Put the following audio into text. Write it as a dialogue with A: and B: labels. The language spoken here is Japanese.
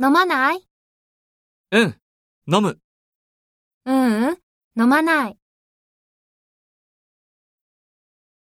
A: 飲まない
B: うん、飲む。
A: ううん、飲まない。